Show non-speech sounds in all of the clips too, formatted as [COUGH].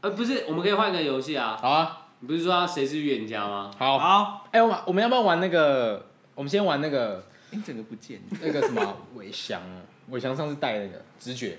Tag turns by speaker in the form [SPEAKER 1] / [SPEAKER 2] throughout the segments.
[SPEAKER 1] 呃，不是，我们可以换个游戏啊！
[SPEAKER 2] 好啊，
[SPEAKER 1] 你不是说要谁是预言家吗？
[SPEAKER 2] 好，
[SPEAKER 3] 好，
[SPEAKER 2] 哎、我们我们要不要玩那个？我们先玩那个
[SPEAKER 3] 哎你整个不见了。
[SPEAKER 2] 那个什
[SPEAKER 3] [LAUGHS]
[SPEAKER 2] 么伟翔，伟翔上次带那个直觉，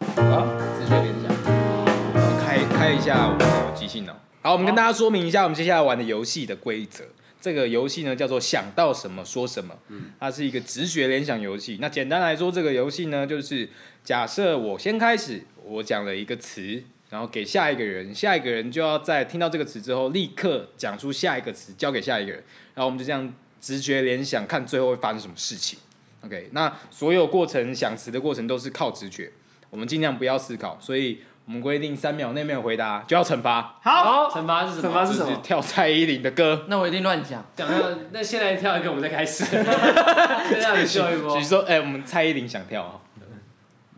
[SPEAKER 2] 啊，直觉联想，然后开开一下我们的即兴脑。好，我们跟大家说明一下我们接下来玩的游戏的规则。这个游戏呢叫做想到什么说什么，它是一个直觉联想游戏。那简单来说，这个游戏呢就是假设我先开始，我讲了一个词，然后给下一个人，下一个人就要在听到这个词之后立刻讲出下一个词，交给下一个人，然后我们就这样直觉联想，看最后会发生什么事情。OK，那所有过程想词的过程都是靠直觉，我们尽量不要思考，所以我们规定三秒内没有回答就要惩罚，
[SPEAKER 3] 好，
[SPEAKER 1] 惩罚是什么？
[SPEAKER 4] 哦惩罚
[SPEAKER 2] 就是
[SPEAKER 4] 什
[SPEAKER 2] 是
[SPEAKER 4] 么？
[SPEAKER 2] 跳蔡依林的歌。
[SPEAKER 4] 那我一定乱讲。
[SPEAKER 1] 讲到那现在跳一个，我们再开
[SPEAKER 4] [LAUGHS]
[SPEAKER 1] 始，再让你秀一波
[SPEAKER 2] 只是。说，哎、我们蔡依林想跳啊。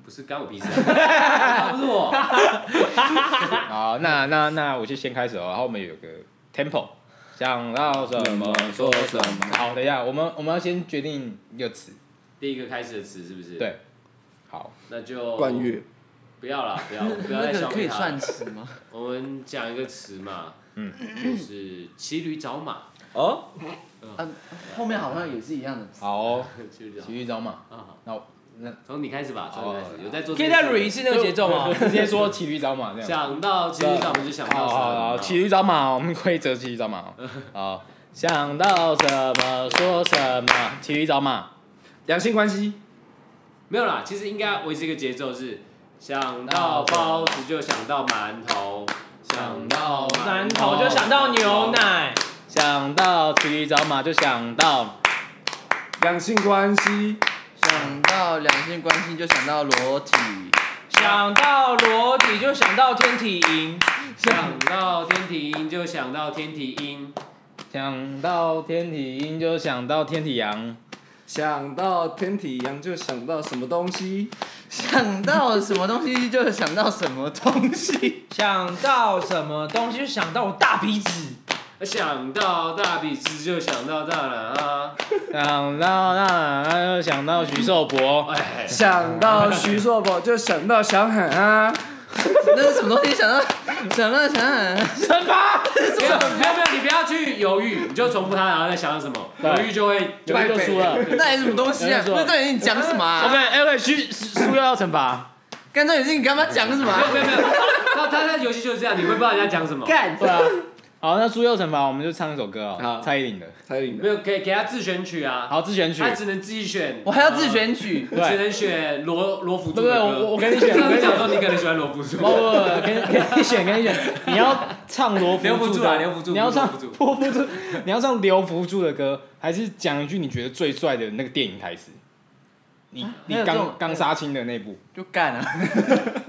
[SPEAKER 1] 不是干我屁事
[SPEAKER 4] [LAUGHS]
[SPEAKER 1] 啊，不是我。
[SPEAKER 2] 好，那那那我就先开始哦。然后我们有个 tempo，想到什么说什么。好，等一下，我们我们要先决定一个词。
[SPEAKER 1] 第一个开始的词是不是？
[SPEAKER 2] 对好，
[SPEAKER 1] 那就
[SPEAKER 4] 冠
[SPEAKER 1] 乐。不要了，
[SPEAKER 4] [LAUGHS]
[SPEAKER 1] 不要，不要再
[SPEAKER 4] 那
[SPEAKER 1] 消
[SPEAKER 4] 个可
[SPEAKER 1] 费
[SPEAKER 4] 以
[SPEAKER 1] 它
[SPEAKER 4] 算
[SPEAKER 1] 了。
[SPEAKER 4] 词吗？
[SPEAKER 1] 我们讲一个词嘛，
[SPEAKER 2] 嗯
[SPEAKER 1] 就是骑驴找马。 [LAUGHS]
[SPEAKER 3] 哦，
[SPEAKER 4] 后面好像也是一样的词。
[SPEAKER 2] 好、哦，
[SPEAKER 1] 骑驴找
[SPEAKER 2] 体育招嘛。
[SPEAKER 1] 马。啊，
[SPEAKER 2] 那我那
[SPEAKER 1] 从你开始吧，从你开
[SPEAKER 2] 哦
[SPEAKER 1] 始。有在做
[SPEAKER 4] 可
[SPEAKER 1] 这
[SPEAKER 4] 以
[SPEAKER 1] 件事吗。
[SPEAKER 4] 再 re 一次那个节
[SPEAKER 1] [LAUGHS]
[SPEAKER 4] 奏吗
[SPEAKER 2] 我？直接说骑驴找马这样。
[SPEAKER 1] 想到骑驴找马就想
[SPEAKER 2] 好
[SPEAKER 1] 到
[SPEAKER 2] 好好，
[SPEAKER 1] 什
[SPEAKER 2] 骑
[SPEAKER 1] 么？
[SPEAKER 2] 驴找马，我们规则骑驴找
[SPEAKER 3] [LAUGHS]
[SPEAKER 2] 马。好，想到什么说什么，骑驴找马。
[SPEAKER 3] 两性关系，
[SPEAKER 1] 没有啦，其实应该维持一个节奏是，想到包子就想到馒头，想到
[SPEAKER 4] 馒头就想到牛。奶，
[SPEAKER 2] 想到骑驴找马就想到，
[SPEAKER 3] 两性关系，
[SPEAKER 5] 想到两性关系就想到裸体，
[SPEAKER 4] 想到裸体就想到天体营，
[SPEAKER 1] 想到天体鹰就想到天体鹰，
[SPEAKER 2] 想到天体鹰就想到天体羊。
[SPEAKER 3] 想到天体羊就想到什么东西，
[SPEAKER 5] 想到什么东西就想到什么东西，
[SPEAKER 4] 想到什么东西就想到我大鼻子，
[SPEAKER 1] 想到大鼻子就想到大懒啊，
[SPEAKER 2] 想到那，又想到徐寿伯，
[SPEAKER 1] 哎，
[SPEAKER 3] 想到徐硕博就想到小狠啊，
[SPEAKER 5] 那是什么东西想到想到想到
[SPEAKER 2] 惩罚，
[SPEAKER 1] 没有没有没有，你不要去犹豫，你就重复它，然后再想到什么，
[SPEAKER 2] 对
[SPEAKER 1] 犹豫就会
[SPEAKER 2] 有人就输了。
[SPEAKER 5] 那还是什么东西啊？那到底是你讲什么
[SPEAKER 2] 我
[SPEAKER 5] 啊？
[SPEAKER 2] 们哎喂，徐输了要惩罚，
[SPEAKER 5] 刚才是你干嘛讲什么啊？
[SPEAKER 1] 没有没有，他他在游戏就是这样，你会不知道人家讲什么。
[SPEAKER 4] 干
[SPEAKER 2] 对啊。好，那输要惩罚，我们就唱一首歌哦
[SPEAKER 3] 好，
[SPEAKER 2] 蔡依林的。
[SPEAKER 3] 蔡依林
[SPEAKER 1] 没
[SPEAKER 3] 的，
[SPEAKER 1] 有，给给他自选曲啊，
[SPEAKER 2] 好，自选曲
[SPEAKER 1] 他。只能自己选。
[SPEAKER 5] 我还要自选曲，
[SPEAKER 1] 只能选罗罗福
[SPEAKER 2] 不
[SPEAKER 1] 柱
[SPEAKER 2] 不，
[SPEAKER 1] 的
[SPEAKER 2] 我我
[SPEAKER 1] 歌。
[SPEAKER 2] 我跟你
[SPEAKER 1] 这
[SPEAKER 2] 选，
[SPEAKER 1] 样
[SPEAKER 2] 我
[SPEAKER 1] 就
[SPEAKER 2] 跟你选
[SPEAKER 1] 讲。说你可能喜欢罗福柱
[SPEAKER 2] 不。不不，给你给你选，给你选，你要唱罗
[SPEAKER 1] 留
[SPEAKER 2] 福
[SPEAKER 1] 不
[SPEAKER 2] 柱
[SPEAKER 1] 住啦，
[SPEAKER 2] 的，
[SPEAKER 1] 留不住。
[SPEAKER 2] 你要唱
[SPEAKER 1] 留不住
[SPEAKER 2] 罗福柱，你要唱刘福柱的歌，还是讲一句你觉得最帅的那个电影台词？你你
[SPEAKER 5] 啊还有这种
[SPEAKER 2] 刚刚杀青的那部，
[SPEAKER 5] 就干了。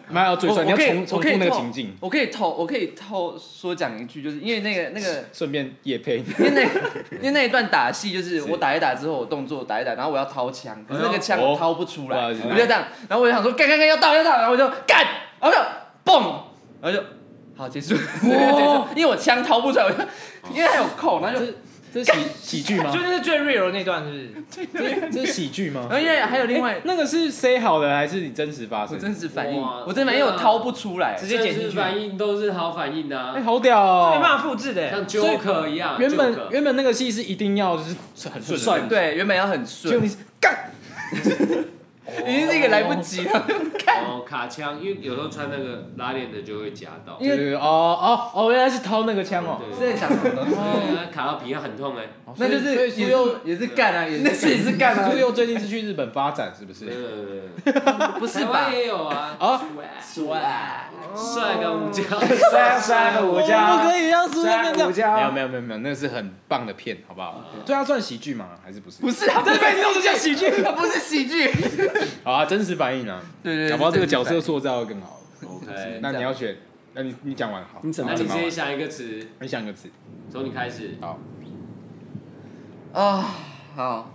[SPEAKER 2] 没有最帅，
[SPEAKER 5] 我
[SPEAKER 2] 你要
[SPEAKER 5] 我可以
[SPEAKER 2] 重重复
[SPEAKER 5] 我可以
[SPEAKER 2] 那个
[SPEAKER 5] 透
[SPEAKER 2] 情境，
[SPEAKER 5] 我可以偷，我可以偷说讲一句，就是因为那个那个。
[SPEAKER 2] 顺便夜配。
[SPEAKER 5] 因为那 [LAUGHS] 因为那一段打戏就是我打一打之后，我动作打一打，然后我要掏枪，可是那个枪我掏不出来，
[SPEAKER 2] 哎
[SPEAKER 5] 我
[SPEAKER 2] 呦
[SPEAKER 5] 就这样，然后我就想说干干干要到要到，然后我就干，然后就嘣，然后就好 [LAUGHS] 结束，因为我枪掏不出来，我就因为还有扣，然后就
[SPEAKER 2] 这
[SPEAKER 5] [LAUGHS]
[SPEAKER 2] 是喜喜剧
[SPEAKER 3] 哦
[SPEAKER 2] 吗
[SPEAKER 4] 所？以那是最 real 的那段，是不是？
[SPEAKER 2] 这这是喜剧吗
[SPEAKER 5] 然？后因为还有呃另外
[SPEAKER 2] 欸那个是 say 好的还是你真实发
[SPEAKER 5] 我
[SPEAKER 2] 生？
[SPEAKER 5] 真实反应
[SPEAKER 1] 哇，
[SPEAKER 5] 我真的反应因为我掏不出来
[SPEAKER 4] 直，接剪进去
[SPEAKER 1] 甚至反应都是好反应的
[SPEAKER 2] 哎，
[SPEAKER 1] 啊，
[SPEAKER 2] 好屌
[SPEAKER 4] 这没办
[SPEAKER 2] 哦！
[SPEAKER 4] 法复制的欸，
[SPEAKER 1] 像 Joker 一样。
[SPEAKER 2] 原本
[SPEAKER 1] Joker
[SPEAKER 2] 原本那个戏是一定要就是很顺
[SPEAKER 1] 很
[SPEAKER 2] 的，
[SPEAKER 1] 顺
[SPEAKER 5] 对，原本要很
[SPEAKER 2] 结果
[SPEAKER 5] 顺，
[SPEAKER 2] 你是干，
[SPEAKER 5] 已经是一个来不及了，
[SPEAKER 1] 哦卡枪，因为有时候穿那个拉链的就会夹到。
[SPEAKER 5] 因为
[SPEAKER 2] 对哦哦哦，原来是掏那个枪哦。
[SPEAKER 5] 是在
[SPEAKER 1] 对，
[SPEAKER 5] 想什么呢？
[SPEAKER 1] 对啊卡到皮很痛哎。
[SPEAKER 5] [LAUGHS] 那就
[SPEAKER 2] 所以
[SPEAKER 5] 是
[SPEAKER 2] 所
[SPEAKER 5] 也
[SPEAKER 2] 以苏
[SPEAKER 5] 是
[SPEAKER 2] 佑
[SPEAKER 5] 也是干啊，也是干
[SPEAKER 3] 是干
[SPEAKER 2] 苏佑最近是去日本发展是不是？
[SPEAKER 1] 对
[SPEAKER 5] [LAUGHS] 不是
[SPEAKER 1] 台湾 [LAUGHS]
[SPEAKER 5] 吧？
[SPEAKER 1] 也有啊。
[SPEAKER 2] 啊，
[SPEAKER 5] 帅，
[SPEAKER 1] 帅个午觉。
[SPEAKER 3] 三三个五
[SPEAKER 2] 我
[SPEAKER 3] 加，
[SPEAKER 2] 哦可以让苏佑
[SPEAKER 3] 三
[SPEAKER 2] 变这样没有
[SPEAKER 3] 个五。加，
[SPEAKER 2] 没有没有没有，那是很棒的片，好不好？对他算喜剧吗？还是不是？
[SPEAKER 5] 不是啊，这辈子都是讲
[SPEAKER 2] 喜剧。
[SPEAKER 5] 它不是喜剧。
[SPEAKER 2] 好啊，真实反应啊，
[SPEAKER 5] 对对
[SPEAKER 2] 搞不好这个角色塑造的更好。
[SPEAKER 1] OK，
[SPEAKER 2] 那你要选，那你你讲完好，
[SPEAKER 3] 你怎么
[SPEAKER 1] 那
[SPEAKER 2] 好
[SPEAKER 1] 你
[SPEAKER 2] 怎
[SPEAKER 1] 直
[SPEAKER 2] 么
[SPEAKER 1] 接
[SPEAKER 2] 玩
[SPEAKER 1] 想一个词，
[SPEAKER 2] 你想一个词，
[SPEAKER 1] 从你开始。
[SPEAKER 2] 好，
[SPEAKER 5] 啊，好，啊，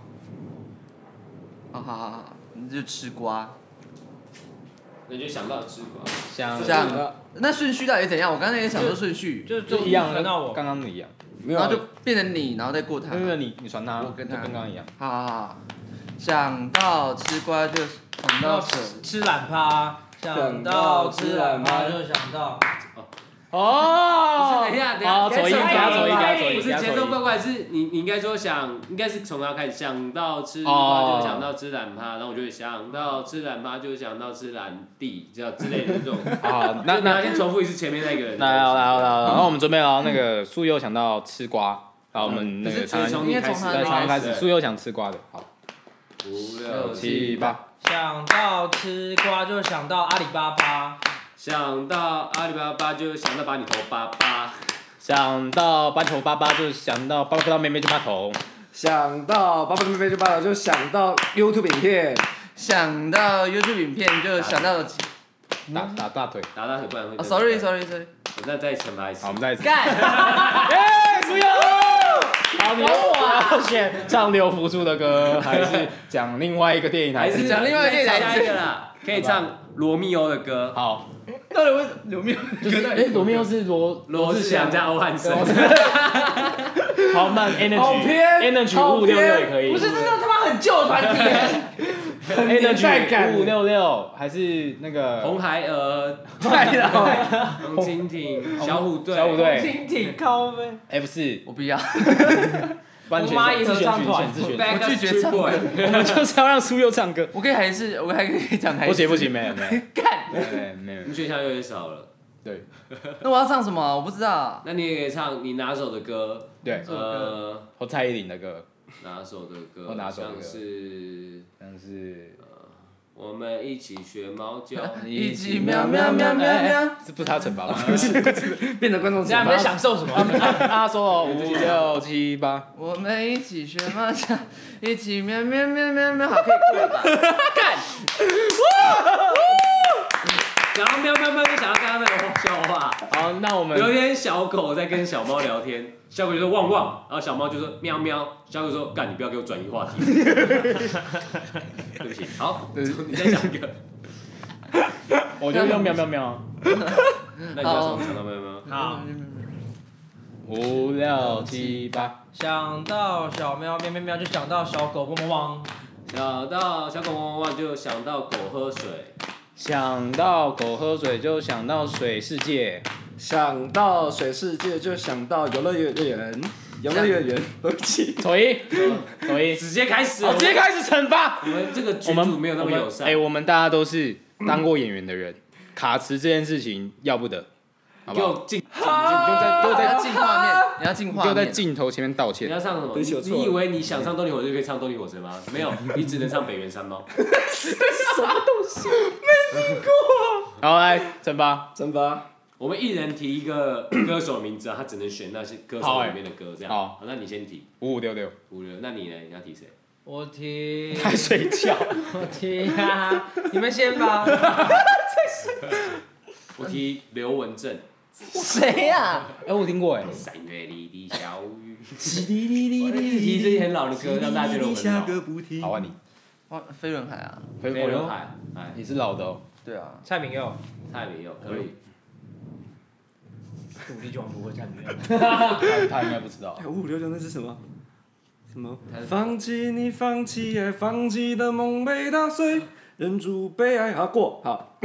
[SPEAKER 5] 好好好，你就吃瓜。
[SPEAKER 1] 那就想到吃瓜。
[SPEAKER 2] 想
[SPEAKER 5] 这样那顺序到底怎样？我刚才也想说顺序，
[SPEAKER 4] 就是
[SPEAKER 2] 就
[SPEAKER 4] 就
[SPEAKER 2] 一样，啊
[SPEAKER 4] 传到我，
[SPEAKER 2] 刚刚的一样，
[SPEAKER 3] 没
[SPEAKER 5] 然后
[SPEAKER 3] 有
[SPEAKER 5] 就变成你，然后再过他
[SPEAKER 2] 没。有没有你你传他，
[SPEAKER 5] 我跟他
[SPEAKER 2] 就跟刚刚一样，
[SPEAKER 5] 好好好，想到吃瓜就想
[SPEAKER 4] 想
[SPEAKER 5] 到
[SPEAKER 4] 到
[SPEAKER 5] 扯，
[SPEAKER 4] 吃吃懒趴，想到吃懒趴就想到
[SPEAKER 1] 哦，不
[SPEAKER 4] 哦
[SPEAKER 1] 是，等一下，等一下，
[SPEAKER 2] 哦好，左一
[SPEAKER 1] 该
[SPEAKER 2] 加
[SPEAKER 1] 从
[SPEAKER 2] 左一
[SPEAKER 1] 哪
[SPEAKER 2] 加
[SPEAKER 1] 里
[SPEAKER 2] 左一
[SPEAKER 1] 不是
[SPEAKER 2] 加
[SPEAKER 1] 节奏
[SPEAKER 2] 左
[SPEAKER 1] 怪
[SPEAKER 2] 一。
[SPEAKER 1] 怪，是你你应该说想，应该是从哪开始想到吃
[SPEAKER 2] 哦
[SPEAKER 1] 花就想到吃懒趴，然后我就会想到吃懒趴就想到吃懒地，这样之类的这
[SPEAKER 2] [LAUGHS]
[SPEAKER 1] 种。 [LAUGHS]
[SPEAKER 2] 好，哦那
[SPEAKER 1] 就你
[SPEAKER 2] 那
[SPEAKER 1] 要先重复一次前面那个人。
[SPEAKER 2] 来啊来啊来啊！然后我们准备了那个素佑想到吃瓜，然后我们那
[SPEAKER 1] 可
[SPEAKER 2] 个
[SPEAKER 1] 是
[SPEAKER 2] 常
[SPEAKER 1] 只
[SPEAKER 2] 安
[SPEAKER 1] 是从你开始，
[SPEAKER 5] 常
[SPEAKER 2] 对常安开始，素
[SPEAKER 1] 对
[SPEAKER 2] 佑想吃瓜的，好，
[SPEAKER 1] 五六七，
[SPEAKER 2] 七八，
[SPEAKER 4] 想到吃瓜就想到阿里巴巴，
[SPEAKER 1] 想到阿里巴巴就想到把你头扒扒，
[SPEAKER 2] 想到八头八八就想到八八到妹妹就八头，
[SPEAKER 3] 想到八八妹妹就八了，就想到 YouTube 影片，
[SPEAKER 5] 想到 YouTube 影片就想到了，
[SPEAKER 2] 打打大腿。
[SPEAKER 1] 打到腿不然会
[SPEAKER 5] 哦
[SPEAKER 1] 更痛。
[SPEAKER 5] ，sorry sorry sorry，
[SPEAKER 1] 我再再惩罚一次
[SPEAKER 2] 好，我。们再一次。
[SPEAKER 5] 干，
[SPEAKER 2] 哎，苏佑，好，你要选唱刘福珠的歌，还是讲另外一个电影台
[SPEAKER 1] 还
[SPEAKER 2] 词？
[SPEAKER 1] 是
[SPEAKER 5] 讲另外一个
[SPEAKER 1] 再加一个啦，可以唱罗密欧的歌，
[SPEAKER 2] 好，
[SPEAKER 5] 到底为刘密欧
[SPEAKER 2] 就是哎，罗密欧是罗
[SPEAKER 1] 罗志祥加欧汉声。
[SPEAKER 2] 好，那 energy，
[SPEAKER 3] 好偏
[SPEAKER 2] energy
[SPEAKER 3] 好偏
[SPEAKER 2] 五六六也可以，
[SPEAKER 5] 不是，这都他妈很旧的团
[SPEAKER 3] [LAUGHS]
[SPEAKER 5] 体，
[SPEAKER 3] 代感
[SPEAKER 2] energy 五六六还是那个
[SPEAKER 1] 红孩儿、
[SPEAKER 2] 太了
[SPEAKER 1] 红蜻蜓、小虎队、
[SPEAKER 2] 小虎队
[SPEAKER 4] 蜻蜓靠呗。
[SPEAKER 2] F 四，
[SPEAKER 5] 我不要，
[SPEAKER 2] 完全
[SPEAKER 4] 我妈也
[SPEAKER 2] 自
[SPEAKER 4] 合
[SPEAKER 2] 选
[SPEAKER 4] 唱
[SPEAKER 2] 举
[SPEAKER 4] 团
[SPEAKER 2] 选自选，
[SPEAKER 1] Back
[SPEAKER 5] 我拒绝
[SPEAKER 1] Street
[SPEAKER 5] 唱
[SPEAKER 1] Boy，
[SPEAKER 2] [LAUGHS] 我们就是要让苏佑唱歌。
[SPEAKER 5] 我可以还是我还可以讲台
[SPEAKER 2] 不
[SPEAKER 5] 词，
[SPEAKER 2] 行不行，没有没有
[SPEAKER 5] 干，
[SPEAKER 2] 没有没有没有
[SPEAKER 1] 你，们选项有点少了。
[SPEAKER 2] 对
[SPEAKER 5] 那我要唱什么？我不知道，
[SPEAKER 1] 那你也可以唱你拿手的歌，
[SPEAKER 2] 对，
[SPEAKER 1] 呃，
[SPEAKER 2] 和蔡依林的歌，
[SPEAKER 1] 拿手的歌，
[SPEAKER 2] 我拿手的歌
[SPEAKER 1] 像是
[SPEAKER 2] 像是
[SPEAKER 1] 我们一起学猫叫，
[SPEAKER 5] 一起喵喵喵喵喵，
[SPEAKER 2] 哎是不是他惩罚吗？
[SPEAKER 3] 变成观众
[SPEAKER 4] 你现在在享受什么？
[SPEAKER 2] [LAUGHS] 他说五六七八，
[SPEAKER 5] 我们一起学猫叫，一起喵喵喵喵喵，好，可以过了吧？干，
[SPEAKER 1] 然后喵喵喵就想要刚刚那个笑话。
[SPEAKER 2] 好，那我们
[SPEAKER 1] 有一天小狗在跟小猫聊天，小狗就说汪汪，然后小猫就说喵喵，小狗说干你不要给我转移话题， [LAUGHS] 对不起，好，你再讲一个，
[SPEAKER 2] 我就用喵喵喵，
[SPEAKER 1] 那你要从想到喵喵，
[SPEAKER 4] 好，
[SPEAKER 2] 五六七八，
[SPEAKER 4] 想到小喵喵喵喵，就想到小狗汪汪汪。
[SPEAKER 1] 想到小狗汪汪就想到狗喝水，
[SPEAKER 2] 想到狗喝水就想到水世界，
[SPEAKER 3] 想到水世界就想到游乐园，游乐园，对不起，
[SPEAKER 2] 左一左一，
[SPEAKER 1] 直接开始，
[SPEAKER 2] 好哦直接开始惩罚。
[SPEAKER 1] 我们这个
[SPEAKER 2] 我
[SPEAKER 1] 群
[SPEAKER 2] 们
[SPEAKER 1] 主没有那么
[SPEAKER 2] 我们
[SPEAKER 1] 友善
[SPEAKER 2] 哎、，我们大家都是当过演员的人，卡词这件事情要不得，好不
[SPEAKER 1] 给
[SPEAKER 2] 好？
[SPEAKER 1] 我进，
[SPEAKER 2] 你就在
[SPEAKER 5] 你
[SPEAKER 2] 都
[SPEAKER 5] 要
[SPEAKER 2] 在
[SPEAKER 5] 进画面，你要进
[SPEAKER 2] 你
[SPEAKER 5] 画
[SPEAKER 2] 就在
[SPEAKER 5] 面，
[SPEAKER 2] 镜头前面道
[SPEAKER 1] 你
[SPEAKER 2] 歉。
[SPEAKER 1] 要唱什么？
[SPEAKER 3] 对不起我错
[SPEAKER 1] 你
[SPEAKER 3] 了
[SPEAKER 1] 你以为你想唱动力火车就可以唱动力火车吗？没有，你只能唱北原三猫。
[SPEAKER 2] 好，来惩罚，
[SPEAKER 3] 真吧？
[SPEAKER 1] 我们一人提一个歌手名字啊，他只能选那些歌手里面的歌，这样。
[SPEAKER 2] 好，
[SPEAKER 1] 那你先提
[SPEAKER 2] 五五六六，
[SPEAKER 1] 五六，那你呢？你要提谁？
[SPEAKER 4] 我提，
[SPEAKER 2] 还 [LAUGHS] 睡觉，
[SPEAKER 4] 我提呀，啊你们先吧。
[SPEAKER 1] 我提刘文正。
[SPEAKER 5] 谁呀？
[SPEAKER 2] 哎、我听过哎、
[SPEAKER 1] 三月里的小雨，我一直提这些很老的歌，让大家觉得我们很老。
[SPEAKER 2] 好啊换你，
[SPEAKER 5] 哇，飞轮海啊，
[SPEAKER 2] 回
[SPEAKER 1] 飞轮，海，哎，
[SPEAKER 2] 你是老的哦，
[SPEAKER 5] 对啊，
[SPEAKER 4] 蔡明佑，
[SPEAKER 1] 蔡明佑可以。
[SPEAKER 4] 努力就往不过蔡明 [LAUGHS] 佑。
[SPEAKER 2] 他他应该不知道
[SPEAKER 3] 哎，，五五六六那是什么？什么
[SPEAKER 1] 他是？
[SPEAKER 3] 放弃你，放弃爱，放弃的梦被打碎，忍住悲哀。好过，好，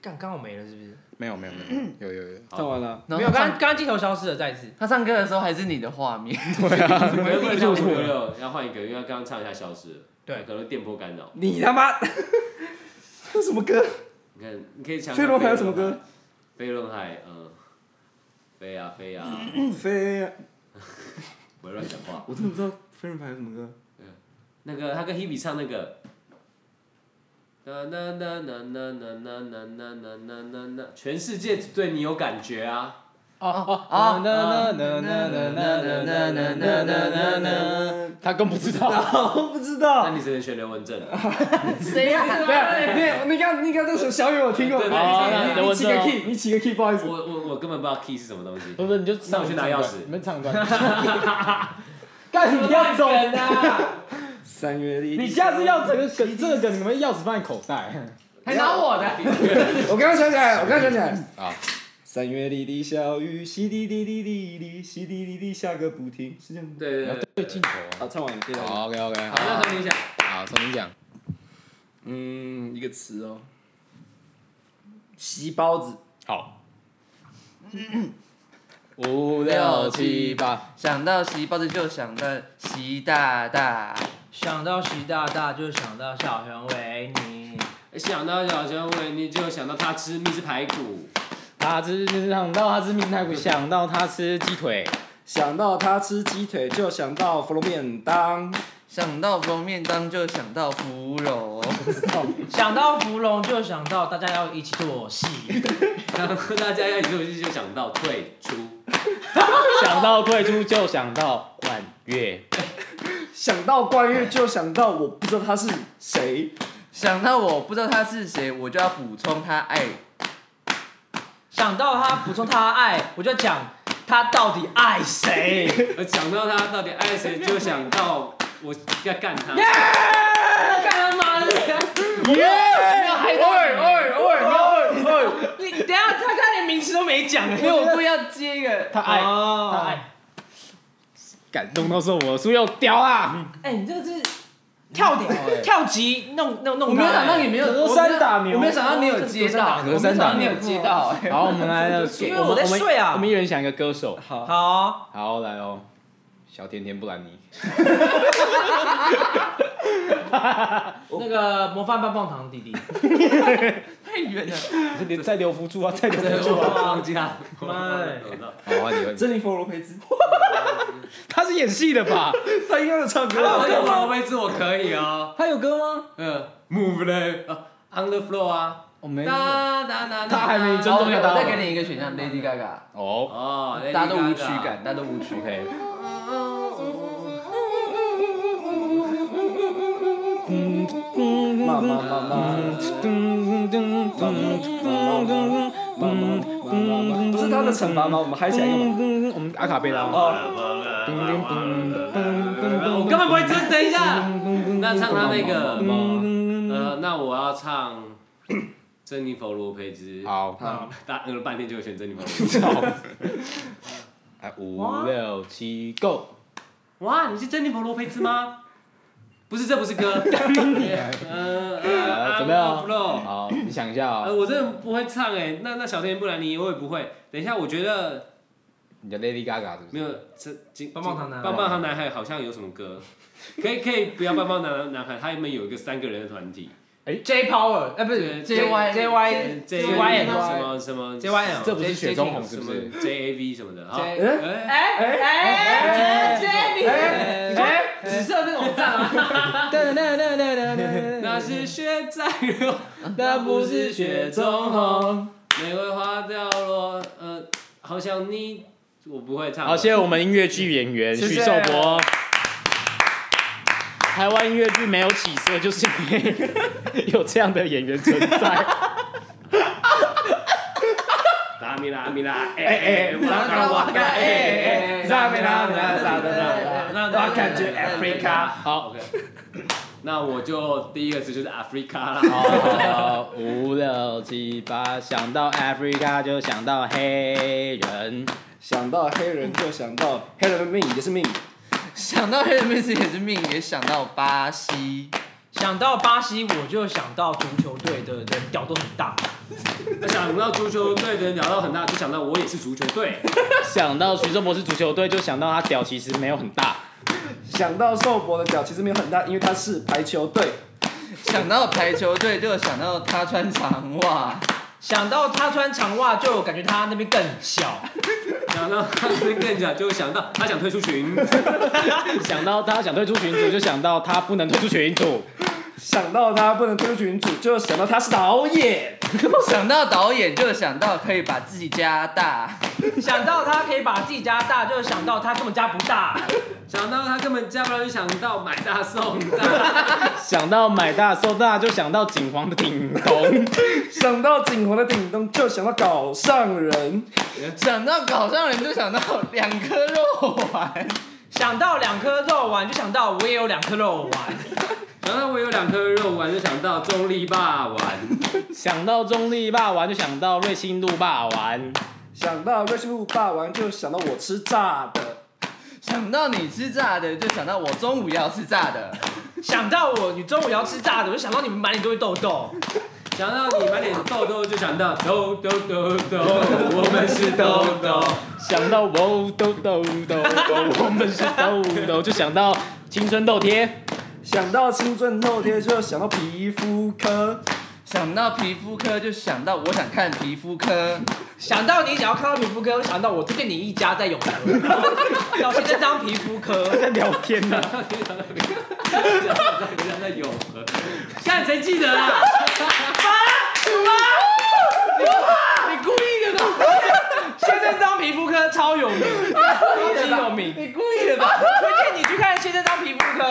[SPEAKER 4] 刚刚我没了是不是？
[SPEAKER 2] 没有没有没有，有有有，
[SPEAKER 1] 好
[SPEAKER 3] 唱完了。
[SPEAKER 5] 然
[SPEAKER 4] 没
[SPEAKER 5] 后
[SPEAKER 4] 有，
[SPEAKER 5] 他
[SPEAKER 4] 刚
[SPEAKER 5] 唱
[SPEAKER 4] 刚刚镜头消失了，再一次。
[SPEAKER 5] 他唱歌的时候还是你的画面，
[SPEAKER 1] 我们不能唱五六六，要换一个，因为刚刚唱一下消失了，
[SPEAKER 4] 对
[SPEAKER 1] 可能会电波干扰。
[SPEAKER 3] 你他妈，这什么歌？
[SPEAKER 1] 你看，你可以抢。
[SPEAKER 3] 飞轮海有什么歌？？
[SPEAKER 1] 飞轮海，嗯，飞呀飞呀，
[SPEAKER 3] 飞呀，
[SPEAKER 1] 不要乱讲话。
[SPEAKER 3] 我真的不知道飞轮海有什么歌。
[SPEAKER 1] 那个他跟 Hebe 唱那个，na na na na na na na na na na na na na，全世界只对你有感觉啊！
[SPEAKER 2] 哦哦
[SPEAKER 5] 哦
[SPEAKER 2] 那那那那那那那那那那那，他更不知道。 [LAUGHS]
[SPEAKER 3] 我不知道
[SPEAKER 1] 那。你只能选刘文
[SPEAKER 3] [LAUGHS]
[SPEAKER 1] 正。
[SPEAKER 5] 谁呀？
[SPEAKER 3] 你你刚你刚那首小雨我听过，
[SPEAKER 1] 对对
[SPEAKER 2] 好
[SPEAKER 3] 你
[SPEAKER 2] 那
[SPEAKER 3] 你
[SPEAKER 2] 刘
[SPEAKER 3] 你
[SPEAKER 2] 文
[SPEAKER 3] 起
[SPEAKER 2] 正
[SPEAKER 3] 个
[SPEAKER 2] 哦
[SPEAKER 3] key，你起个 key，不好意思
[SPEAKER 1] 我。我我根本不知道 key 是什么东西。
[SPEAKER 2] 不是，你就上
[SPEAKER 1] 那我去拿钥匙
[SPEAKER 2] 你们唱一
[SPEAKER 3] [LAUGHS]
[SPEAKER 2] 段。
[SPEAKER 4] 干，你不要走啊！
[SPEAKER 3] 三月里，
[SPEAKER 2] 你下次要整个梗，这个梗你们钥匙放在口袋。
[SPEAKER 5] 还拿我的？
[SPEAKER 3] 我刚刚想起来，我刚刚想起来。
[SPEAKER 2] 啊。
[SPEAKER 3] 三月里的小雨，淅沥沥沥沥沥，淅沥沥沥下个不停，是这样吗？
[SPEAKER 1] 对对对。
[SPEAKER 2] 对镜头啊
[SPEAKER 3] 好，唱完了，接下来。
[SPEAKER 2] 好，OK OK，
[SPEAKER 1] 好，那等一下，
[SPEAKER 2] 好，重新讲。
[SPEAKER 3] 嗯，一个词哦，席包子。
[SPEAKER 2] 好，五六七八，
[SPEAKER 5] 想到习包子就想到习大大，
[SPEAKER 4] 想到习大大就想到小熊维尼，
[SPEAKER 1] 哎想到小熊维尼，就想到他吃蜜汁排骨。
[SPEAKER 2] 他吃想到他吃明太骨，想到他吃鸡腿，
[SPEAKER 3] 想到他吃鸡腿，就想到芙蓉便当。
[SPEAKER 5] 想到封面当就想到芙蓉，
[SPEAKER 4] 想到芙蓉就想到大家要一起做戏，
[SPEAKER 1] 然后大家要一起去就想到退出，
[SPEAKER 2] 想到退出就想到管乐，
[SPEAKER 3] 想到关月，就想到我不知道他是谁。
[SPEAKER 5] 想到我不知道他是谁，我就要补充他哎爱。
[SPEAKER 4] 想到他补充他爱，我就讲他到底爱谁。
[SPEAKER 1] [LAUGHS] 而想到他到底爱谁，就想到我要干他。
[SPEAKER 4] 干他妈的！
[SPEAKER 2] 耶！
[SPEAKER 5] 没有害到你，
[SPEAKER 4] 你等一下他刚才连名词都没讲哎，
[SPEAKER 5] 因为我故意要接一个，
[SPEAKER 2] 他爱，
[SPEAKER 4] 哦
[SPEAKER 2] 他爱，感动到说我是有屌 [LAUGHS] 啊！
[SPEAKER 4] 哎，你这个是跳点跳级弄弄弄他。欸
[SPEAKER 5] 我没有想到你没有，
[SPEAKER 2] 隔
[SPEAKER 5] 我
[SPEAKER 2] 山打牛
[SPEAKER 5] 我没有想到你有接到，
[SPEAKER 2] 隔山打
[SPEAKER 5] 我没
[SPEAKER 2] 牛
[SPEAKER 5] 有想到你有接到，哎
[SPEAKER 2] 好，我们来了，
[SPEAKER 4] 因为
[SPEAKER 2] 我
[SPEAKER 4] 我在
[SPEAKER 2] 们
[SPEAKER 4] 睡啊
[SPEAKER 2] 我们一人想一个歌手，
[SPEAKER 5] 好，
[SPEAKER 4] 好哦，
[SPEAKER 2] 好来哦，小甜甜布兰妮，
[SPEAKER 4] 那个模范棒棒糖弟弟，
[SPEAKER 5] 太远了，
[SPEAKER 2] 你再留不住 [LAUGHS] 啊，再留不
[SPEAKER 1] 我忘记他，我忘
[SPEAKER 4] 妈
[SPEAKER 1] 了
[SPEAKER 4] 的
[SPEAKER 1] 我忘了
[SPEAKER 2] 好，换你换你，
[SPEAKER 3] 珍妮佛罗培兹，
[SPEAKER 2] [LAUGHS] 他是演戏的吧？
[SPEAKER 3] 他应该有唱歌
[SPEAKER 1] 啊
[SPEAKER 3] 吧。
[SPEAKER 1] 这个王位置我可以哦，
[SPEAKER 2] 他有歌吗？
[SPEAKER 1] 嗯，move 嘞啊，on the floor 啊，
[SPEAKER 2] [LAUGHS] 我没有。
[SPEAKER 1] 哒哒哒，
[SPEAKER 2] 他还没真
[SPEAKER 5] 好，
[SPEAKER 2] 正
[SPEAKER 5] 我
[SPEAKER 2] 要打
[SPEAKER 5] 再给你一个选项，Lady Gaga，
[SPEAKER 2] 哦
[SPEAKER 1] 哦，Lady
[SPEAKER 5] 嗯大家都无
[SPEAKER 1] Gaga
[SPEAKER 5] 趣感，大家都无趣感，
[SPEAKER 2] ，OK，
[SPEAKER 3] 妈妈妈妈，不是他的惩罚吗？我们嗨起来干嘛？
[SPEAKER 2] 我们阿卡贝拉。
[SPEAKER 1] 哦
[SPEAKER 5] 哦
[SPEAKER 1] 我根本不会真，等一下，那唱他那个，
[SPEAKER 5] 嗯
[SPEAKER 1] 呃，那我要唱 [COUGHS] 珍妮佛罗培兹，
[SPEAKER 2] 好，
[SPEAKER 1] 大呃半天就选珍妮佛罗培兹，
[SPEAKER 5] [LAUGHS]
[SPEAKER 2] 哎，五六七，Go！
[SPEAKER 1] 哇，你是珍妮佛罗培兹
[SPEAKER 2] [LAUGHS]
[SPEAKER 1] 吗？不是，这不是歌， [LAUGHS] 嗯嗯，
[SPEAKER 2] 准备哦
[SPEAKER 1] on the floor
[SPEAKER 2] 好，你想一下
[SPEAKER 1] 呃，
[SPEAKER 2] 哦，
[SPEAKER 1] 我真的不会唱哎、那那小甜甜布兰妮我也不会。等一下，我觉得
[SPEAKER 2] 你叫 Lady Gaga 是不
[SPEAKER 1] 没
[SPEAKER 2] 是？
[SPEAKER 1] 有这金
[SPEAKER 4] 棒棒糖男孩
[SPEAKER 1] 棒棒糖男孩好像有什么歌， [LAUGHS] 可以可以不要棒棒糖男孩，他们有一个三个人的团体
[SPEAKER 4] J Power，哎不
[SPEAKER 1] 对
[SPEAKER 4] 是
[SPEAKER 5] JY
[SPEAKER 4] J
[SPEAKER 1] ，J
[SPEAKER 4] Y
[SPEAKER 1] Y
[SPEAKER 4] N
[SPEAKER 1] 什么什么
[SPEAKER 4] J Y N，
[SPEAKER 2] 这不是雪中红
[SPEAKER 1] 什
[SPEAKER 2] 是不
[SPEAKER 1] 么
[SPEAKER 2] 是？
[SPEAKER 1] J A V 什么的哈。哎
[SPEAKER 4] J 哎哎哎哎哎，紫色那种站啊，
[SPEAKER 1] 那 [LAUGHS] 是雪在流，
[SPEAKER 2] 那
[SPEAKER 1] 那不是雪中红，玫瑰花掉落，呃，好想你，我不会唱。
[SPEAKER 2] 好，谢谢我们音乐剧演员
[SPEAKER 3] 谢谢
[SPEAKER 2] 徐寿博。台湾音乐剧没有起色，就是因为 [LAUGHS] 有这样的演员存在。
[SPEAKER 1] 拉米拉米拉，哎哎，我拉我拉，哎哎哎，拉米拉米拉，拉米拉。
[SPEAKER 4] 那
[SPEAKER 3] 我感觉 Africa
[SPEAKER 2] 好，
[SPEAKER 1] 那我就第一个词就是 Africa 啦。哦
[SPEAKER 2] 好，五六七八，想到 Africa 就想到黑人，
[SPEAKER 3] 想到黑人就想到黑人的命也是命，
[SPEAKER 5] 想到黑人妹子也是命，也想到巴西，
[SPEAKER 4] 想到巴西，我就想到足球队的人屌都很大。
[SPEAKER 1] 那想到足球队的人聊到很大，就想到我也是足球 [LAUGHS] 队。
[SPEAKER 2] 想到徐州博士足球队就想到他屌其实没有很大，
[SPEAKER 3] 想到寿伯的脚其实没有很大，因为他是排球队。
[SPEAKER 5] 想到排球队就想到他穿长袜，
[SPEAKER 4] 想到他穿长袜，就感觉他那边更小。
[SPEAKER 1] 想到他是更小，就想到他想退出群。 [LAUGHS]
[SPEAKER 2] 想到他想退出群组就想到他不能退出群组，
[SPEAKER 3] 想到他不能退出群组，就想到他是导演。
[SPEAKER 5] 想到导演就想到可以把自己加大，
[SPEAKER 4] 想到他可以把自己加大，就想到他根本加不大。
[SPEAKER 1] 想到他根本加不了，就想到买大送大。
[SPEAKER 2] 想到买大收大就想到景皇的顶咚，
[SPEAKER 3] 想到景洪的顶咚，就想到搞上人。
[SPEAKER 5] 想到搞上人就想到两颗肉丸，
[SPEAKER 4] 想到两颗肉丸，就想到我也有两颗肉丸。
[SPEAKER 1] 想到我有两颗肉丸，就想到中立霸丸。
[SPEAKER 2] 想到中立霸王就想到瑞幸路霸王，
[SPEAKER 3] 想到瑞士路霸王，就想到我吃炸的。
[SPEAKER 5] 想到你吃炸的就想到我中午要吃炸的， [LAUGHS]
[SPEAKER 4] 想到我，你中午要吃炸的，我就想到你们满脸都是痘痘。
[SPEAKER 1] 想到你满脸痘痘，就想到痘痘痘痘，我们是痘痘。
[SPEAKER 2] 想到哦豆豆豆豆，我们是豆豆，就想到青春痘贴。
[SPEAKER 3] 想到青春痘贴，就想到皮肤科。
[SPEAKER 5] 想到皮肤科就想到我想看皮肤科，
[SPEAKER 4] 想到你想要看到皮肤科，想到我推荐你一家在永和，要先生当皮肤科。
[SPEAKER 2] 在聊天呢、
[SPEAKER 1] 人家有，看谁记得啊？
[SPEAKER 4] 你故意的吧？先生当皮肤科超有名，超级有名。
[SPEAKER 5] 你故意的吧？
[SPEAKER 4] 推荐你去看先生当皮肤科。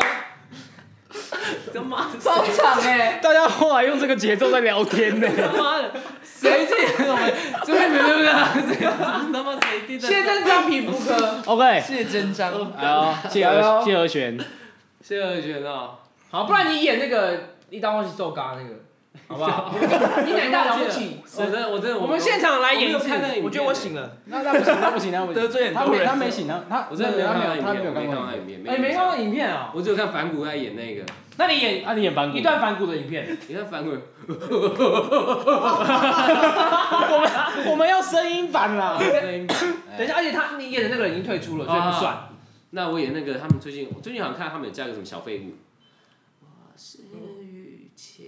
[SPEAKER 4] 他妈
[SPEAKER 5] 超长哎、
[SPEAKER 2] 大家后来用这个节奏在聊天呢、
[SPEAKER 4] 他妈的，
[SPEAKER 1] 谁记得我们？这边没有啊，这个他妈谁记得？
[SPEAKER 4] 先生当皮肤科，
[SPEAKER 2] OK，
[SPEAKER 5] 谢真章，
[SPEAKER 2] 好，谢和谢和弦，
[SPEAKER 1] 谢和弦哦，
[SPEAKER 4] 好，不然你演那个一刀忘记揍嘎那个，好不好？你哪大了不起？
[SPEAKER 1] 我真的我真的
[SPEAKER 4] [LAUGHS] 我们现场来演
[SPEAKER 1] 我没
[SPEAKER 4] 一
[SPEAKER 1] 有
[SPEAKER 4] 次
[SPEAKER 1] 看那个影片，
[SPEAKER 4] 我觉得我醒了。
[SPEAKER 2] 那那不行，那不行，那不
[SPEAKER 5] 得
[SPEAKER 2] 行，
[SPEAKER 5] 罪很
[SPEAKER 2] 他
[SPEAKER 5] 多
[SPEAKER 2] 没
[SPEAKER 5] 人。
[SPEAKER 2] 他没醒，他他
[SPEAKER 1] 我真的没有
[SPEAKER 2] 他
[SPEAKER 1] 看到
[SPEAKER 2] 没有
[SPEAKER 1] 影
[SPEAKER 2] 他没
[SPEAKER 1] 片，
[SPEAKER 2] 有
[SPEAKER 1] 我没
[SPEAKER 2] 看
[SPEAKER 1] 看到
[SPEAKER 2] 过。
[SPEAKER 1] 影片，
[SPEAKER 4] 哎，没看到影片啊？
[SPEAKER 1] 我只有看反骨在演那个，
[SPEAKER 4] 那你演
[SPEAKER 2] 那啊你演反骨
[SPEAKER 4] 一段反骨的影片，
[SPEAKER 1] 你看反骨，
[SPEAKER 2] 我们要声音版啦。
[SPEAKER 4] 等一下，而且他你演的那个人已经退出了，所以不算。
[SPEAKER 1] 那我演那个他们最近，我最近好像看他们有加个什么小废物，我是雨谦，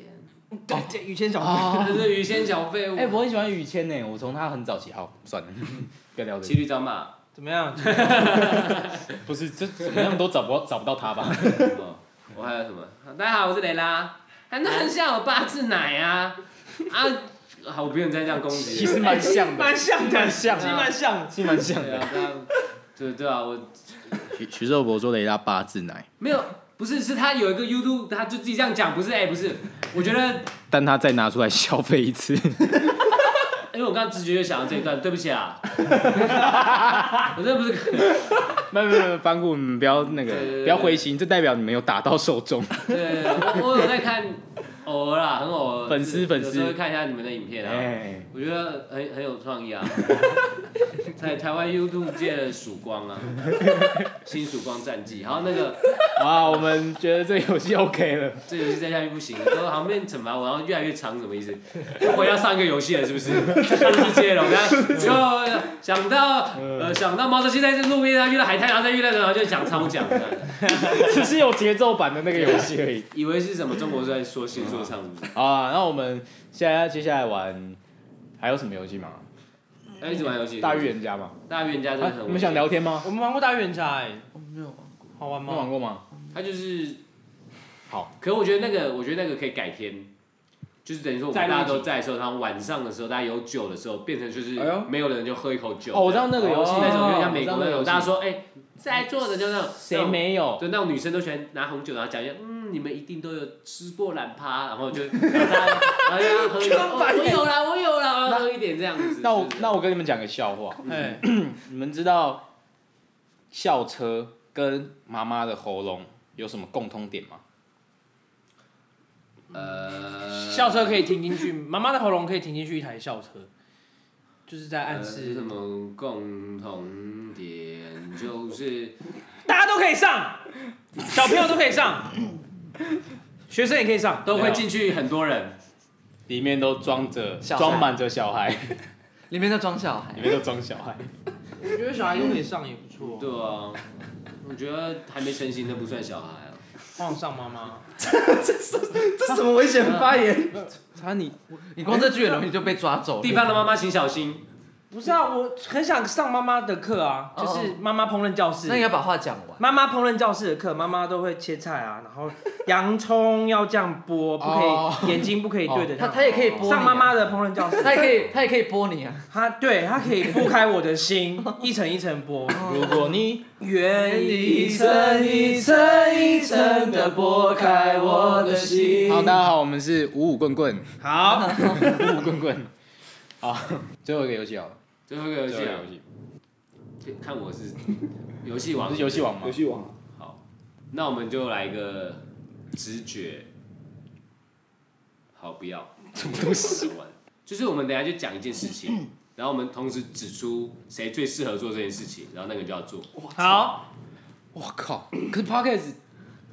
[SPEAKER 4] 对对，雨谦
[SPEAKER 1] [LAUGHS]
[SPEAKER 4] 小
[SPEAKER 1] 他是雨谦小废物，
[SPEAKER 2] 哎，我很喜欢于谦呢，我从他很早起，好，算了， [LAUGHS] 不要聊这
[SPEAKER 1] 骑
[SPEAKER 2] 个。
[SPEAKER 1] 驴找马，
[SPEAKER 4] 怎么样？
[SPEAKER 2] 不是，这怎么样都找不到找不到他吧？
[SPEAKER 1] 哦我还有什么？大家好，我是蕾拉，很多很像我八字奶啊啊！好，我不用再这样攻击
[SPEAKER 2] 其 [LAUGHS]
[SPEAKER 1] 了。
[SPEAKER 2] 实蛮像的，
[SPEAKER 4] [LAUGHS] 蛮像的，
[SPEAKER 2] 蛮像
[SPEAKER 4] 其
[SPEAKER 2] 的
[SPEAKER 4] 实蛮像的。
[SPEAKER 2] 其实蛮像
[SPEAKER 1] 对
[SPEAKER 2] 的。
[SPEAKER 1] 啊，大家对对啊，我
[SPEAKER 2] 徐徐寿伯说雷拉八字奶，
[SPEAKER 1] 没有，不是是他有一个 YouTube，他就自己这样讲，不是哎、不是，我觉得
[SPEAKER 2] 但他再拿出来消费一次，
[SPEAKER 1] 因为我刚刚直觉就想到这一段，对不起啊， [LAUGHS] 我真的不是刻意，
[SPEAKER 2] 没有没有没有，反骨，你们不要那个
[SPEAKER 1] 对对对，
[SPEAKER 2] 不要灰心，这代表你们有打到受众。
[SPEAKER 1] 对，我我有在看，偶尔啦，很偶尔，
[SPEAKER 2] 粉丝
[SPEAKER 1] 就是
[SPEAKER 2] 粉丝
[SPEAKER 1] 有时候会看一下你们的影片啊。
[SPEAKER 2] 哎，
[SPEAKER 1] 我觉得很很有创意
[SPEAKER 2] [LAUGHS]
[SPEAKER 1] 啊，在台湾 YouTube 界的曙光
[SPEAKER 2] [LAUGHS]
[SPEAKER 1] 啊，新曙光战绩。然后那个
[SPEAKER 2] 哇，我们觉得这游戏 OK 了。
[SPEAKER 1] 这游戏再下去不行，然后旁边惩罚我，然后越来越长，什么意思？又回到上一个游戏了，是不是？上世界了，我们就想到
[SPEAKER 2] 嗯
[SPEAKER 1] 呃想到毛主席在这路边，然后遇到海滩，然后再遇到人，然后就想抽奖，这样
[SPEAKER 2] 只是有节奏版的那个游戏而已。
[SPEAKER 1] 以为是什么中国在说新说唱，是不是？
[SPEAKER 2] [LAUGHS] 好啊，那我们现在接下来玩还有什么游戏吗？
[SPEAKER 1] 要一直玩游戏。
[SPEAKER 2] 嗯大预言家吗？
[SPEAKER 1] 大预言家真的
[SPEAKER 2] 啊
[SPEAKER 1] 很无，聊。
[SPEAKER 2] 你们想聊天吗？
[SPEAKER 4] 我们玩过大冤家，哎，
[SPEAKER 5] 我没有玩过，
[SPEAKER 4] 好玩
[SPEAKER 2] 你们玩
[SPEAKER 4] 吗？
[SPEAKER 2] 过吗？
[SPEAKER 1] 他就是
[SPEAKER 2] 好。
[SPEAKER 1] 可我觉得那个，我觉得那个可以改天，就是等于说我
[SPEAKER 4] 再
[SPEAKER 1] 们
[SPEAKER 4] 录一
[SPEAKER 1] 大家
[SPEAKER 4] 集
[SPEAKER 1] 都在的时候，然后晚上的时候，大家有酒的时候，变成就是
[SPEAKER 2] 哎呦
[SPEAKER 1] 没有人就喝一口酒。
[SPEAKER 2] 哦，我知道那个游戏
[SPEAKER 1] 这样那种，有点像美国
[SPEAKER 2] 我知道
[SPEAKER 1] 那
[SPEAKER 2] 那个游
[SPEAKER 1] 种，
[SPEAKER 2] 戏
[SPEAKER 1] 大家说哎，在座的就那种
[SPEAKER 2] 谁？没
[SPEAKER 1] 那
[SPEAKER 2] 有？
[SPEAKER 1] 种就那种女生都喜欢拿红酒，然后讲一下，嗯，你们一定都有吃过懒趴，然后就，然后大家然后就要喝
[SPEAKER 2] [LAUGHS]
[SPEAKER 1] 一点，哦我有啦，我有啦，然后喝一点这样子。
[SPEAKER 2] 那我
[SPEAKER 1] 就是
[SPEAKER 2] 那我跟你们讲个笑话，
[SPEAKER 4] 哎，
[SPEAKER 2] 你们知道校车跟妈妈的喉咙有什么共通点吗？
[SPEAKER 1] 呃，
[SPEAKER 4] 校车可以停进去，妈妈的喉咙可以停进去一台校车，就是在暗
[SPEAKER 1] 呃什
[SPEAKER 4] 示
[SPEAKER 1] 么共同点就是。
[SPEAKER 4] 大家都可以上，小朋友都可以上，学生也可以上，
[SPEAKER 1] 都会进去很多人，
[SPEAKER 2] 里面都装着
[SPEAKER 5] 小孩
[SPEAKER 2] 装满着小孩， [LAUGHS]
[SPEAKER 5] 里面在装小孩
[SPEAKER 2] 里。面都装小孩。
[SPEAKER 4] 我觉得小孩都可以上也不错，
[SPEAKER 1] 对啊，我觉得还没成型的不算小孩啊。
[SPEAKER 4] 放上妈妈。
[SPEAKER 5] 这什么危险发言？
[SPEAKER 2] 他你
[SPEAKER 5] 你光这句很容易就被抓走了。
[SPEAKER 1] [LAUGHS] 地方的妈妈请小心，
[SPEAKER 4] 不是啊，我很想上妈妈的课啊，就是妈妈烹饪教室
[SPEAKER 5] 那。你要把话讲完。
[SPEAKER 4] 妈妈烹饪教室的课，妈妈都会切菜啊，然后洋葱要这样剥，不可以，眼睛不可以对着
[SPEAKER 5] 他
[SPEAKER 4] 它。
[SPEAKER 5] 他也可以播你啊
[SPEAKER 4] 上妈妈，的烹饪教室，
[SPEAKER 5] 他也可以他也可以播你啊。
[SPEAKER 4] 他对他可以拨开我的 [LAUGHS] 心，一层一层剥，
[SPEAKER 2] [LAUGHS] 如果你
[SPEAKER 4] 愿
[SPEAKER 5] 一层一层一层地剥开我的心
[SPEAKER 2] 好，大家好，我们是五五棍棍，
[SPEAKER 4] 好，
[SPEAKER 2] [LAUGHS] 五五棍棍。 [LAUGHS] 好，最后一个游戏好了，
[SPEAKER 1] 最后一个游
[SPEAKER 2] 最后
[SPEAKER 1] 戏
[SPEAKER 2] 一个
[SPEAKER 1] 啊
[SPEAKER 2] 游，戏，
[SPEAKER 1] 看我是游戏
[SPEAKER 2] 不
[SPEAKER 1] 王，
[SPEAKER 2] 是游戏王吗
[SPEAKER 3] 游？戏王啊，
[SPEAKER 1] 好，那我们就来一个直觉。好，不要，什么东西？就是我们等一下就讲一件事情，然后我们同时指出谁最适合做这件事情，然后那个人就要做，
[SPEAKER 4] 好，
[SPEAKER 2] 我靠！可是 podcast